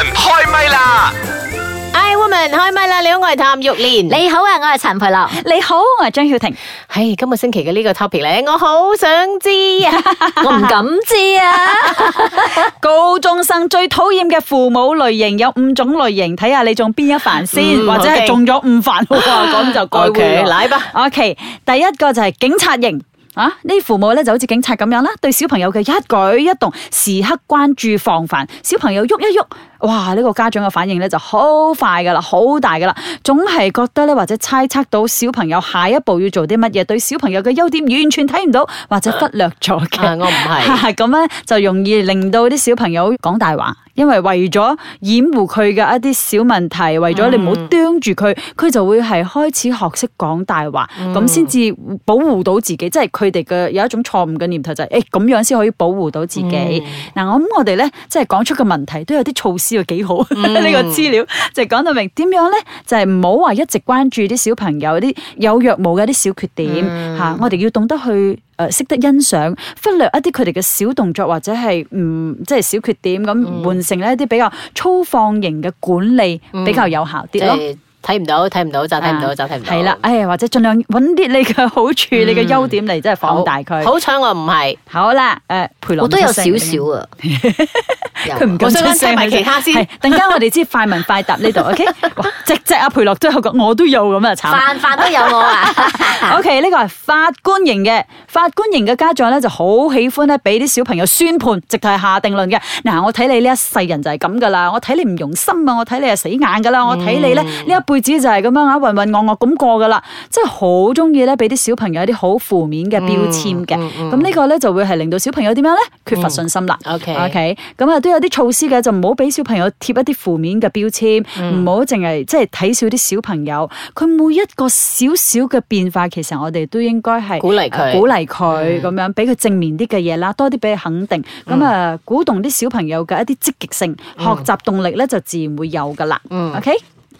咪啦！ I woman 開唛啦！你好，我係譚玉 蓮。你好啊，我係陳培樂。 你好，我係張曉婷。唉，今個星期嘅呢個 topic 咧，我好想 知啊！我唔敢知啊。高中生最討厭嘅父母類型有五種類型，睇下你中邊一範先，嗯或者 OK 係中咗五 範喎，咁就該 OK，會啦。嚟吧。 OK，第一個就係警察型。啊！呢啲父母咧就好似警察咁樣啦，對小朋友嘅一舉一動時刻關注防範，小朋友喐一喐，哇！呢、個家長嘅反應咧就好快噶啦，好大噶啦，總係覺得咧或者猜測到小朋友下一步要做啲乜嘢，對小朋友嘅優點完全睇唔到或者忽略 咗 嘅。啊我唔係。咁咧就容易令到啲小朋友講大話，因為為咗掩護佢嘅一啲小問題，為咗你唔好啄住佢，佢就會係開始學識講大話，咁先至保護到自己。即係佢哋嘅有一種錯誤嘅念頭就係、誒咁樣先可以保護到自己。嗱、我諗我哋咧即係講出個問題都有啲措施嘅幾好，呢、 個資料就講到明點樣咧，就係唔好話一直關注啲小朋友啲有若無嘅一啲小缺點嚇、我哋要懂得去。呃誒識得欣賞，忽略一啲佢哋嘅小動作或者係唔即係小缺點嗯咁，換成呢一啲比較粗放型嘅管理，比較有效即啲咯。係睇唔到，睇唔到就睇唔到，就睇唔到。係啦，誒或者盡量揾啲你嘅好處、你嘅優點嚟，即係好，放大佢。好彩我唔係，好啦，呃誒培樂我都有少唔出聲少啊，佢唔敢我出想聲。聽埋其他先係等間我哋知快問快答呢度，OK？哇， 隻隻阿培樂都有個，我都有咁啊，慘。飯飯都有我啊。 O.K. 呢個係法官型嘅，法官型嘅家長咧就好喜歡咧俾啲小朋友宣判，直頭係下定論嘅。嗱，我睇你呢一世人就係咁噶啦，我睇你唔用心啊，我睇你係死硬噶啦，我睇你咧呢嗯一輩子就係咁樣啊，渾渾噩噩咁過噶啦，即係好中意咧俾啲小朋友一啲好負面嘅標籤嘅。咁呢、個咧就會係令到小朋友點樣咧缺乏信心啦。嗯嗯，OK OK，咁啊都有啲措施嘅，就唔好俾小朋友貼一啲負面嘅標籤，嗯唔好淨係即係睇少啲小朋友，佢每一個小小嘅變化，其實我哋都應該係鼓勵佢嗯呃鼓勵佢咁樣，俾佢正面啲嘅嘢啦，多啲俾佢肯定，咁嗯啊鼓動啲小朋友嘅一啲積極性、學習動力咧，就自然會有噶啦。OK。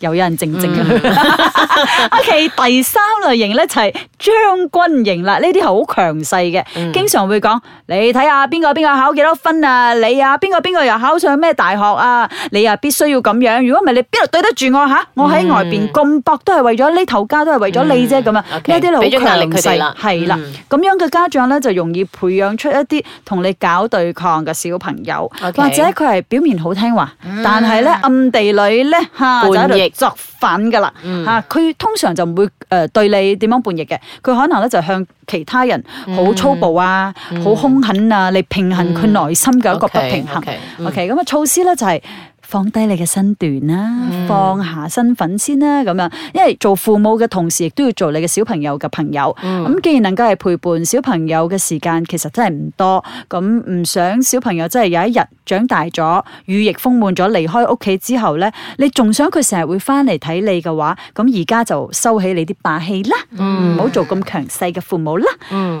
又有嗯人靜靜 OK，第三類型咧就係將軍型啦，呢啲係好強勢嘅，嗯經常會講你睇下邊個邊個考幾多分啊，你啊邊個邊個又考上咩大學啊，你啊必須要咁樣，如果唔係你邊度對得住我吓？我喺外邊咁搏都係為咗呢頭家，都係為咗你啫咁啊，嗯呢，OK，一啲俾咧咗好壓強力佢哋啦勢，係啦嗯，咁樣嘅家長咧就容易培養出一啲同你搞對抗嘅小朋友， OK 或者佢係表面好聽話，但係咧暗地裏咧嚇嗯叛逆嗯就喺度作反噶啦嚇。佢通常就唔會誒對你點樣叛逆嘅，佢可能咧就向其他人好粗暴啊、嗯好兇狠啊嚟平衡佢內心嘅一個不平衡。 OK，OK，嗯 OK，咁啊措施咧就係、放低你嘅身段啦，放下身份先啦，咁樣，因為做父母嘅同時，亦都要做你嘅小朋友嘅朋友。咁、既然能夠係陪伴小朋友嘅時間，其實真係唔多。咁唔想小朋友真係有一日長大咗，羽翼豐滿咗，離開屋企之後咧，你仲想佢成日會翻嚟睇你嘅話，咁而家就收起你啲霸氣啦，嗯嗯嗯唔好、做咁強勢嘅父母啦。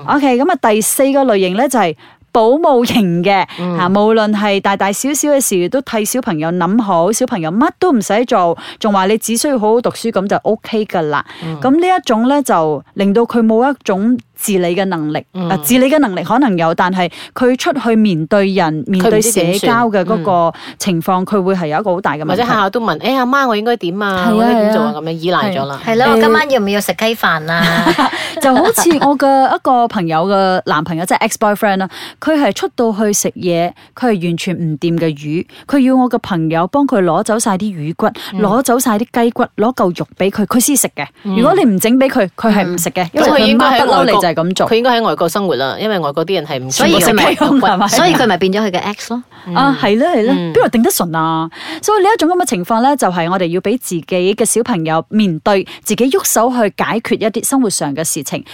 OK，咁啊，第四個類型咧就係、保姆型嘅嗯嚇，無論係大大小小嘅事，都替小朋友諗好，小朋友乜都唔使做，仲話你只需要好好讀書咁就 O K 噶啦。嗯咁呢一種咧就令到佢冇一種自理嘅能力，嗯啊自理嘅能力可能有，但係佢出去面對人、面對社交嘅嗰個情況，佢會係有一個好大嘅問嗯或題者。下下都問，誒阿媽我應該點啊？係啊我應該點做係啊？啊咁樣依賴咗啦。係咯，我今晚要唔要食雞飯 啊？就好似我嘅一個朋友嘅男朋友，即係 ex boyfriend 啦，佢係出到去食嘢，佢係完全唔掂嘅魚，佢要我嘅朋友幫佢攞走晒啲魚骨，嗯攞走晒啲雞骨，攞嚿肉俾佢，佢先食嘅。如果你唔整俾佢，佢係唔食嘅，因嗯咁為佢佢應該媽喺不嬲外你國就係咁做佢。應該喺外國生活啦，因為外國啲人係唔所以全部食佢咪雞肉骨係咪所以佢咪變咗佢嘅 ex 咯。啊，係咧係咧，嗯邊度頂得順啊？所以呢一種咁嘅情況咧，就係我哋要俾自己嘅小朋友面對自己喐手去解決一啲生活上嘅事情。誒、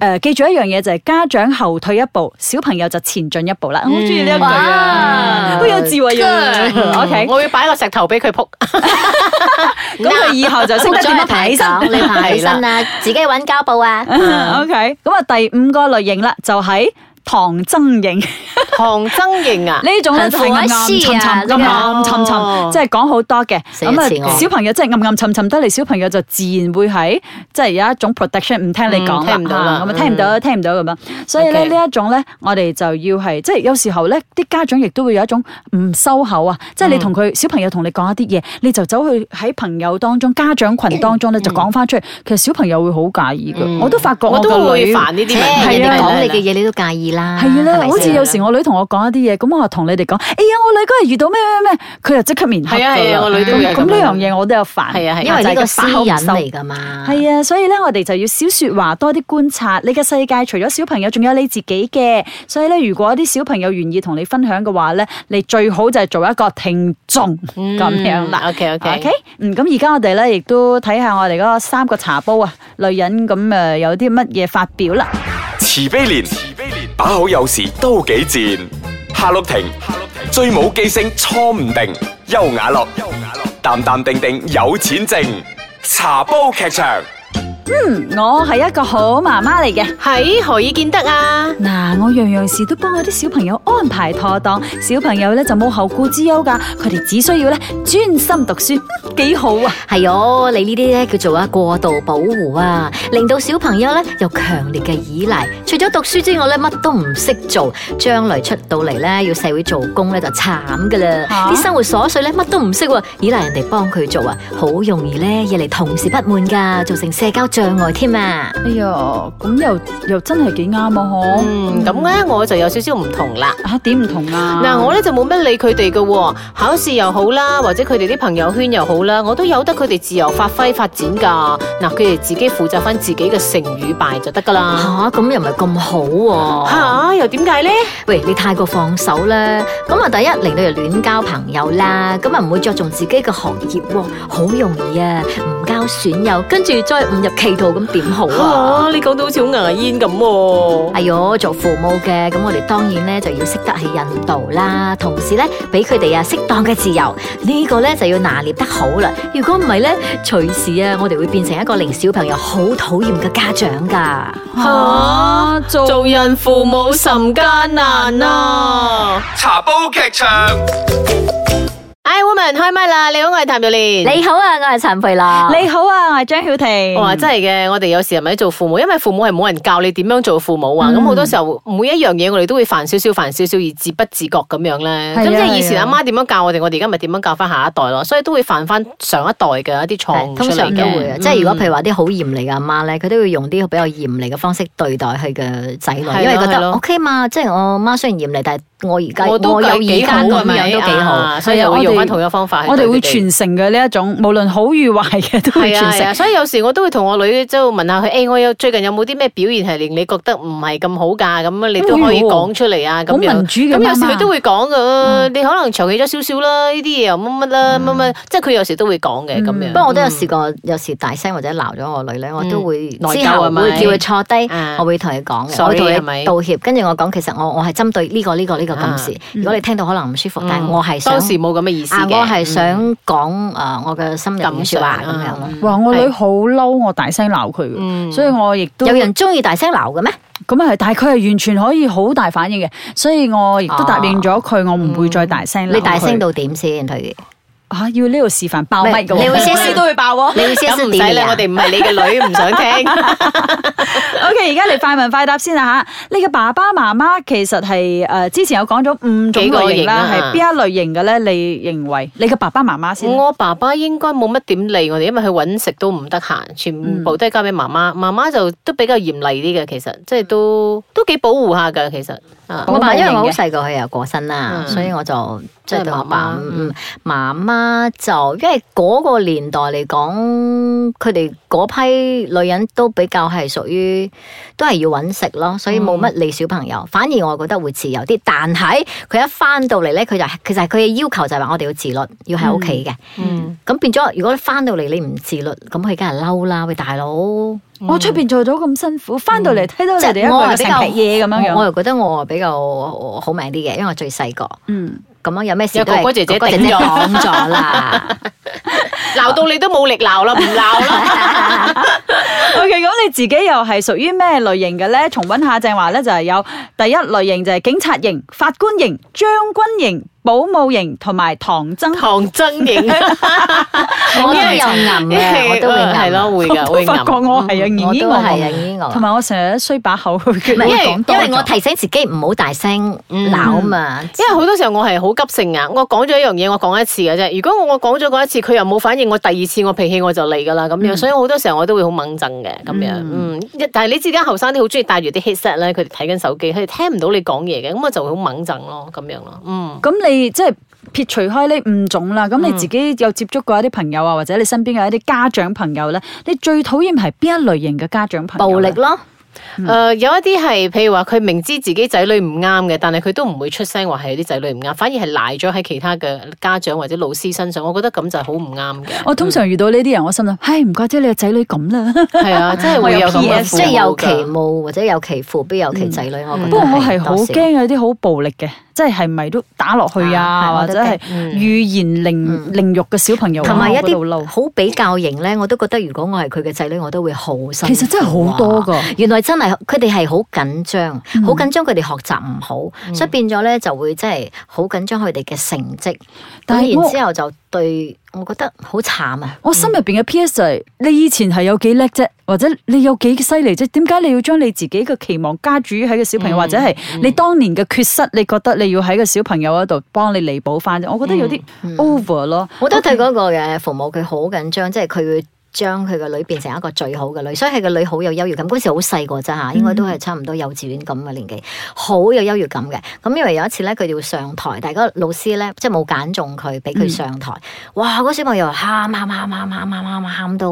嗯記住一樣嘢就係家長後退一步，小朋友就前進一步啦。我好中意呢一句嗯哇啊，好有智慧啊。O 嗯 K，我要擺個石頭俾 佢撲。咁佢以後就識得點樣睇起身。 我再同你講你爬起身啊，自己揾 膠布啊。 O K，咁啊第五個類型啦，就係、唐僧型，唐僧型啊，呢種咧幸就福係暗啊暗是沉沉、啊暗暗沉沉哦，即係講好多嘅。死人咁事我啊，小朋友即係暗暗沉沉得嚟，小朋友就自然會喺即係有一種 protection，唔聽你講嗯啦，聽唔到啦嚇咁啊嗯聽唔到，聽唔到咁樣。所以咧 OK 呢一種咧，我哋就要係即係有時候咧，啲家長亦都會有一種唔收口啊，即係嗯你同佢小朋友同你講一啲嘢，你就走去喺朋友當中、家長群當中咧就講翻出嚟，其實小朋友會好介意嘅。我都發覺嗯我都個會女。煩呢啲切問題。人哋係啊講你嘅嘢，你都介意啊啦。係係啦，咪好似先有時我女同我講一啲嘢，咁我就同你哋講，哎呀，我女嗰日遇到咩咩咩，佢就即刻面黑係啊係啊㗎啦我女都有咁咁咁呢樣樣嘢我都有煩，係啊係啊因為呢個私隱嚟㗎。㗎嘛。係啊，所以咧，我哋就要少說話，多啲觀察。你嘅世界除咗小朋友，仲有你自己嘅。所以咧，如果啲小朋友願意同你分享嘅話咧，你最好就係做一個聽眾咁樣啦。 OK 嗯啊 OK OK，嗯，咁而家我哋咧亦都睇下我哋嗰三個茶煲啊，女人咁誒有啲乜嘢發表啦。慈悲蓮，慈悲蓮，把好有時都幾賤。夏綠庭，夏綠庭，最冇記性錯唔定。優雅樂，優雅樂，淡淡定定有錢剩。茶煲劇場。嗯我係一個好媽媽嚟嘅。喺何以見得啊？嗱，我樣樣事都幫我啲小朋友安排妥當，小朋友咧就冇後顧之憂噶，佢哋只需要咧專心讀書，嗯幾好啊！係哦，你呢啲咧叫做啊過度保護啊，令到小朋友咧有強烈嘅依賴。除咗讀書之外咧，乜都唔識做，將來出到嚟咧要社會做工咧就慘噶啦。嚇啲生活瑣碎咧乜都唔識喎，依賴人哋幫佢做啊，好容易咧惹嚟同事不滿㗎，造成社交障礙添啊。哎呀，咁又又真係幾啱啊！嗬、嗯，咁咧我就有少少唔同啦。啊點唔同啊？嗱，我咧就冇乜理佢哋嘅喎，考試又好啦，或者佢哋啲朋友圈又好啦，我都由得佢哋自由發揮發展㗎。嗱，佢哋自己負責翻自己嘅成與敗就得㗎吓、啦。咁又唔係咁好哦喎、吓，又點解咧？喂，你太過放手啦，咁啊第一嚟到又亂交朋友啦，咁啊唔會着重自己嘅學業喎，好容易啊唔交損友，跟住再誤入歧途咁點好啊？吓，你講到好似好牙煙咁喎。哎喲，做父母嘅咁，我哋當然咧就要識得去引導啦，同時咧俾佢哋啊適當嘅自由，呢、個咧就要拿捏得好啦。如果唔係咧，隨時啊我哋會變成一個令小朋友好討厭嘅家長㗎。啊做做人父母甚艱難啊！茶煲劇場。 I woman 開麥啦！你好，我係譚玉蓮。你好啊，我係陳培樂。你好啊，我係張曉婷。我話真係嘅，我哋有時係咪做父母？因為父母係冇人教你點樣做父母啊。嗯咁好多時候每一樣嘢我哋都會犯少少、犯少少而自不自覺咁樣咧。係啊咁即係以係前啊阿媽點樣教我哋，我哋而家咪點樣教翻下一代咯。所以都會犯翻上一代嘅嗯一啲錯係誤通出嚟常嘅。都會啊，即嗯係如果譬如如話啲好嚴厲嘅阿媽咧，佢都會用啲比較嚴厲嘅方式對待佢嘅仔女，係咯因為覺係得咯 OK 嘛，即係我媽雖然嚴厲，但係我而家我都我有而幾家好咁係咪樣都幾好。啊所以又係啊會用我哋翻同樣方法去我對哋佢哋。會傳承嘅呢一種，無論好與壞嘅都會係啊傳係啊，承。所以有時我都會同我女即係問下佢，誒、我有最近有冇啲咩表現係令你覺得唔係咁好㗎？咁你都可哎以講出嚟啊，咁好樣民。主嘅咁有媽時佢都媽。會講噶，嗯你可能長氣咗少少啦，呢啲嘢又乜乜啦，乜乜，即係佢有時都會講嘅咁樣。嗯不過我都有試過，有時大聲或者鬧咗我女咧，我都會嗯內疚之後係咪會叫佢坐低啊，我會同佢講嘅，我 Sorry，會同係咪啊佢道歉，跟住我講其實我我係針對呢個呢個呢個咁事。如果你聽到可能唔舒服，但係我係嗯想當時冇咁嘅意思啊，嘅我係想講誒我嘅心入面嘅説話咁樣嗯咯。哇！我女係好嬲，我大聲鬧佢嘅，嗯所以我亦都有人中意大聲鬧嘅咩？咁啊，但係佢係完全可以好大反應嘅，所以我亦都答應咗佢，我唔會再哦大聲鬧佢。你大聲到點先？佢啊，要呢度示範爆咪嘅喎，你會先都會爆喎。你會先咁先唔點使啦，啊我哋唔係你嘅女，唔想聽。OK，而家嚟快問快答先啦吓。你嘅爸爸媽媽其實係誒、呃之前有講咗五種幾個類型啦，型啊係邊一類型嘅咧？你認為你嘅爸爸媽媽先？我爸爸應該冇乜點理我哋，因為佢揾食都唔得閒，全部都係交俾媽媽。媽媽就都比較嚴厲啲嘅，其實即係都都幾保護下㗎，其實啊。我爸因為我保好姆型細個，佢又過身啦，嗯所以我就即係對我爸，即係媽媽嗯，媽媽就因為嗰個年代嚟講，佢哋嗰批女人都比較係屬於都係要揾食咯，所以嗯冇乜理小朋友。反而我覺得會自由啲，但係佢一翻到嚟咧，佢就其實佢嘅要求就係話我哋要自律，要喺屋企嘅。嗯，咁變咗，如果翻到嚟你唔自律，咁佢梗係嬲啦，喂大佬。我出邊做咗咁辛苦，翻到嚟睇到你哋一個嗯係人成皮嘢咁樣我我樣。又覺得我比較好命啲嘅，因為我最細個，嗯，咁樣有咩事有都係哥哥姐姐哥哥 頂咗講咗啦。鬧到你都冇力鬧啦，唔鬧啦。 OK，咁你自己又係屬於咩類型嘅咧？重温下正話咧，就係有第一類型就係警察型、法官型、將軍型、保姆型同埋唐僧。唐僧型， 我都有吟嘅，嗯我都 會係吟。嗯咯，會㗎，我會發覺㗎。我係啊，我咿咿都我係啊，我，已經同我。埋我成日衰把口，佢唔係因為講多因為我咗。提醒自己唔好大聲嗯鬧啊嘛，因為好多時候我係好急性啊，我講咗一樣嘢，我講一次嘅啫。如果我我講咗嗰一次，佢又冇反應，我第二次我脾氣我就嚟㗎啦咁樣。所以好多時候我都會好掹憎嘅咁樣。嗯，但係你知而家後生啲好中意戴住啲 headset 咧，佢哋睇緊手機，佢哋聽唔到你講嘢嘅，咁我就會好掹憎咯，咁樣咯。嗯，咁你即係撇除開呢五種啦，咁嗯你自己有接觸過一啲朋友啊，或者你身邊有一啲家長朋友咧，你最討厭係邊一類型嘅家長朋友呢？暴力咯，誒、有一啲係譬如話佢明知自己仔女唔啱嘅，但係佢都唔會出聲話係啲仔女唔啱，反而係賴咗喺其他嘅家長或者老師身上。我覺得咁就係好唔啱嘅。我通常遇到呢啲人，我心諗，唉，唔怪之你個仔女咁啦。嗯係啊，真係 我會有有咁嘅 PS，父即係有母其㗎。 母或者有其父必有其仔女，我覺得嗯不過我係好多少驚有啲好暴力嘅，即係係咪都打落去 啊，啊係或者係語言凌凌辱嘅小朋友啊，嗯同埋一我覺得好啲嬲。好比較型咧，我都覺得如果我係佢嘅仔女，我都會好辛苦啊其實真係好多㗎原來真係佢哋係好緊張，嗯好緊張佢哋學習唔好，所以變咗咧就會真係好緊張佢哋嘅成績。但係咁我然之後就對我覺得好慘啊！我心入邊嘅 P.S. 就係你以前係有幾叻啫，或者你有幾犀利啫？點解你要將你自己嘅期望加注於喺個小朋友，或者係你當年嘅缺失，你覺得你要喺個小朋友嗰度幫你彌補翻啫？我覺得有啲 over 咯。我覺得對嗰個嘅父母佢好緊張，即係佢會將佢個女變成一個最好嘅女，所以佢個女好有優越感。嗰時好細個啫嚇，嗯應該都係差唔多幼稚園咁嘅年紀，好有優越感嘅。咁因為有一次咧，佢哋要上台，但係嗰個老師咧即係冇揀中佢，俾嗯佢上台。哇！嗰小朋友喊喊喊喊喊喊喊喊到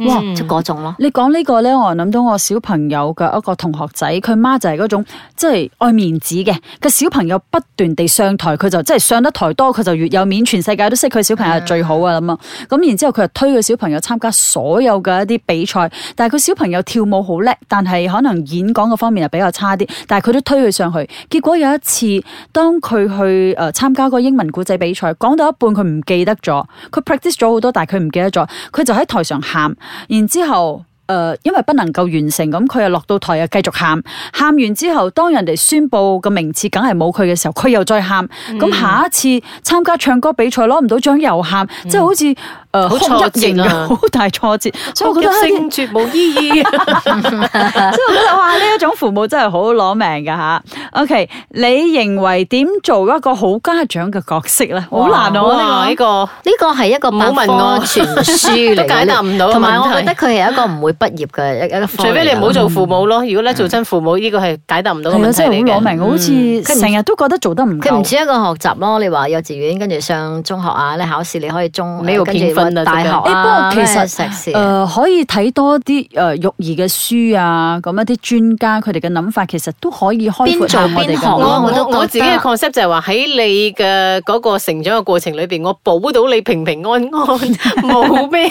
哇，即係嗰種咯。你講呢個咧，我諗到我小朋友嘅一個同學仔，佢媽就係嗰種即係愛面子嘅，個小朋友不斷地上台，佢就即係上得台多，佢就越有面，全世界都識佢小朋友係最好啊咁啊！咁然之後佢就推佢小朋友參加所有嘅一啲比賽，但係佢小朋友跳舞好叻，但係可能演講嘅方面係比較差啲，但係佢都推佢上去。結果有一次，當佢去誒參加個英文古仔比賽，講到一半佢唔記得咗，佢 practice 咗好多，但係佢唔記得咗，佢就喺台上喊，然之後。誒、因為不能夠完成，咁佢又落到台又繼續喊，喊完之後，當人哋宣布個名次梗係冇佢嘅時候，佢又再喊。嗯咁、下一次參加唱歌比賽攞唔到獎又喊，即係好似誒、呃、好哭挫泣型折啊嘅好大挫折。所以我覺得哭泣聲絕無意義。所以我覺得哇，呢一種父母真係好攞命噶吓。OK，你認為點做一個好家長嘅角色咧？好難哇啊呢呢個。個呢個係一個唔好問百科我全書嚟 嘅，都解答唔到嘅同埋我問題覺得佢係一個唔會畢業嘅一一個科嚟除㗎。非你唔好做父母咯，如果咧做真父母，呢個係解答唔到嘅係問啊，題真嚟係好攞嘅。命，好似佢唔成日都覺得做得唔佢唔夠。止一個學習咯，你話幼稚園跟住上中學啊，你考試你可以中，呃呢個跟住評分啊大學誒不過啊，其實咩呃碩士誒、可以睇多啲誒、育兒嘅書啊，咁一啲專家佢哋嘅諗法，其實都可以開闊下我哋邊做邊嘅學我咯腦我都我覺得我自己嘅 concept 就係話喺你嘅嗰個成長嘅過程裏邊，我保到你平平安安，冇咩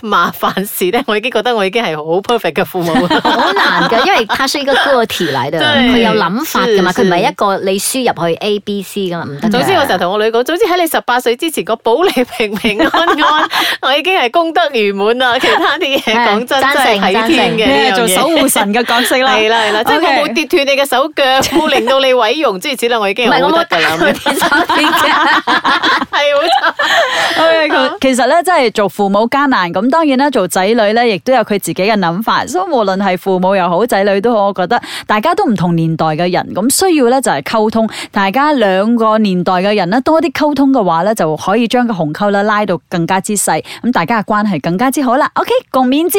麻煩事咧，我已經覺得我已經係好 perfect 嘅父母啦。好難㗎，因為它是一個個體嚟嘅， 對佢有諗法㗎嘛，是佢唔係一個你輸入去 A、B、C 㗎嘛，唔得㗎。總之我就同我女講，總之喺你十八歲之前，我保你平平安安，我已經係功德圓滿啦。其他啲嘢係講真真贊成係睇天嘅你呢係樣做嘢守護神嘅角色啦。係啦係啦，即係我 OK 冇跌斷你嘅手腳，冇令到你毀容， 諸如此類，我已經唔係 係我好冇得打㗎啦。佢啲啊手啲啫，係好慘。 OK，佢其實咧，真係做父母艱難。咁當然啦，做仔女咧，亦都有佢自己嘅諗法。所以無論係父母又好，仔女都好，我覺得大家都唔同年代嘅人，咁需要咧就係溝通。大家兩個年代嘅人咧，多啲溝通嘅話咧，就可以將個鴻溝咧拉到更加之細，咁大家嘅關係更加之好啦。OK，共勉之。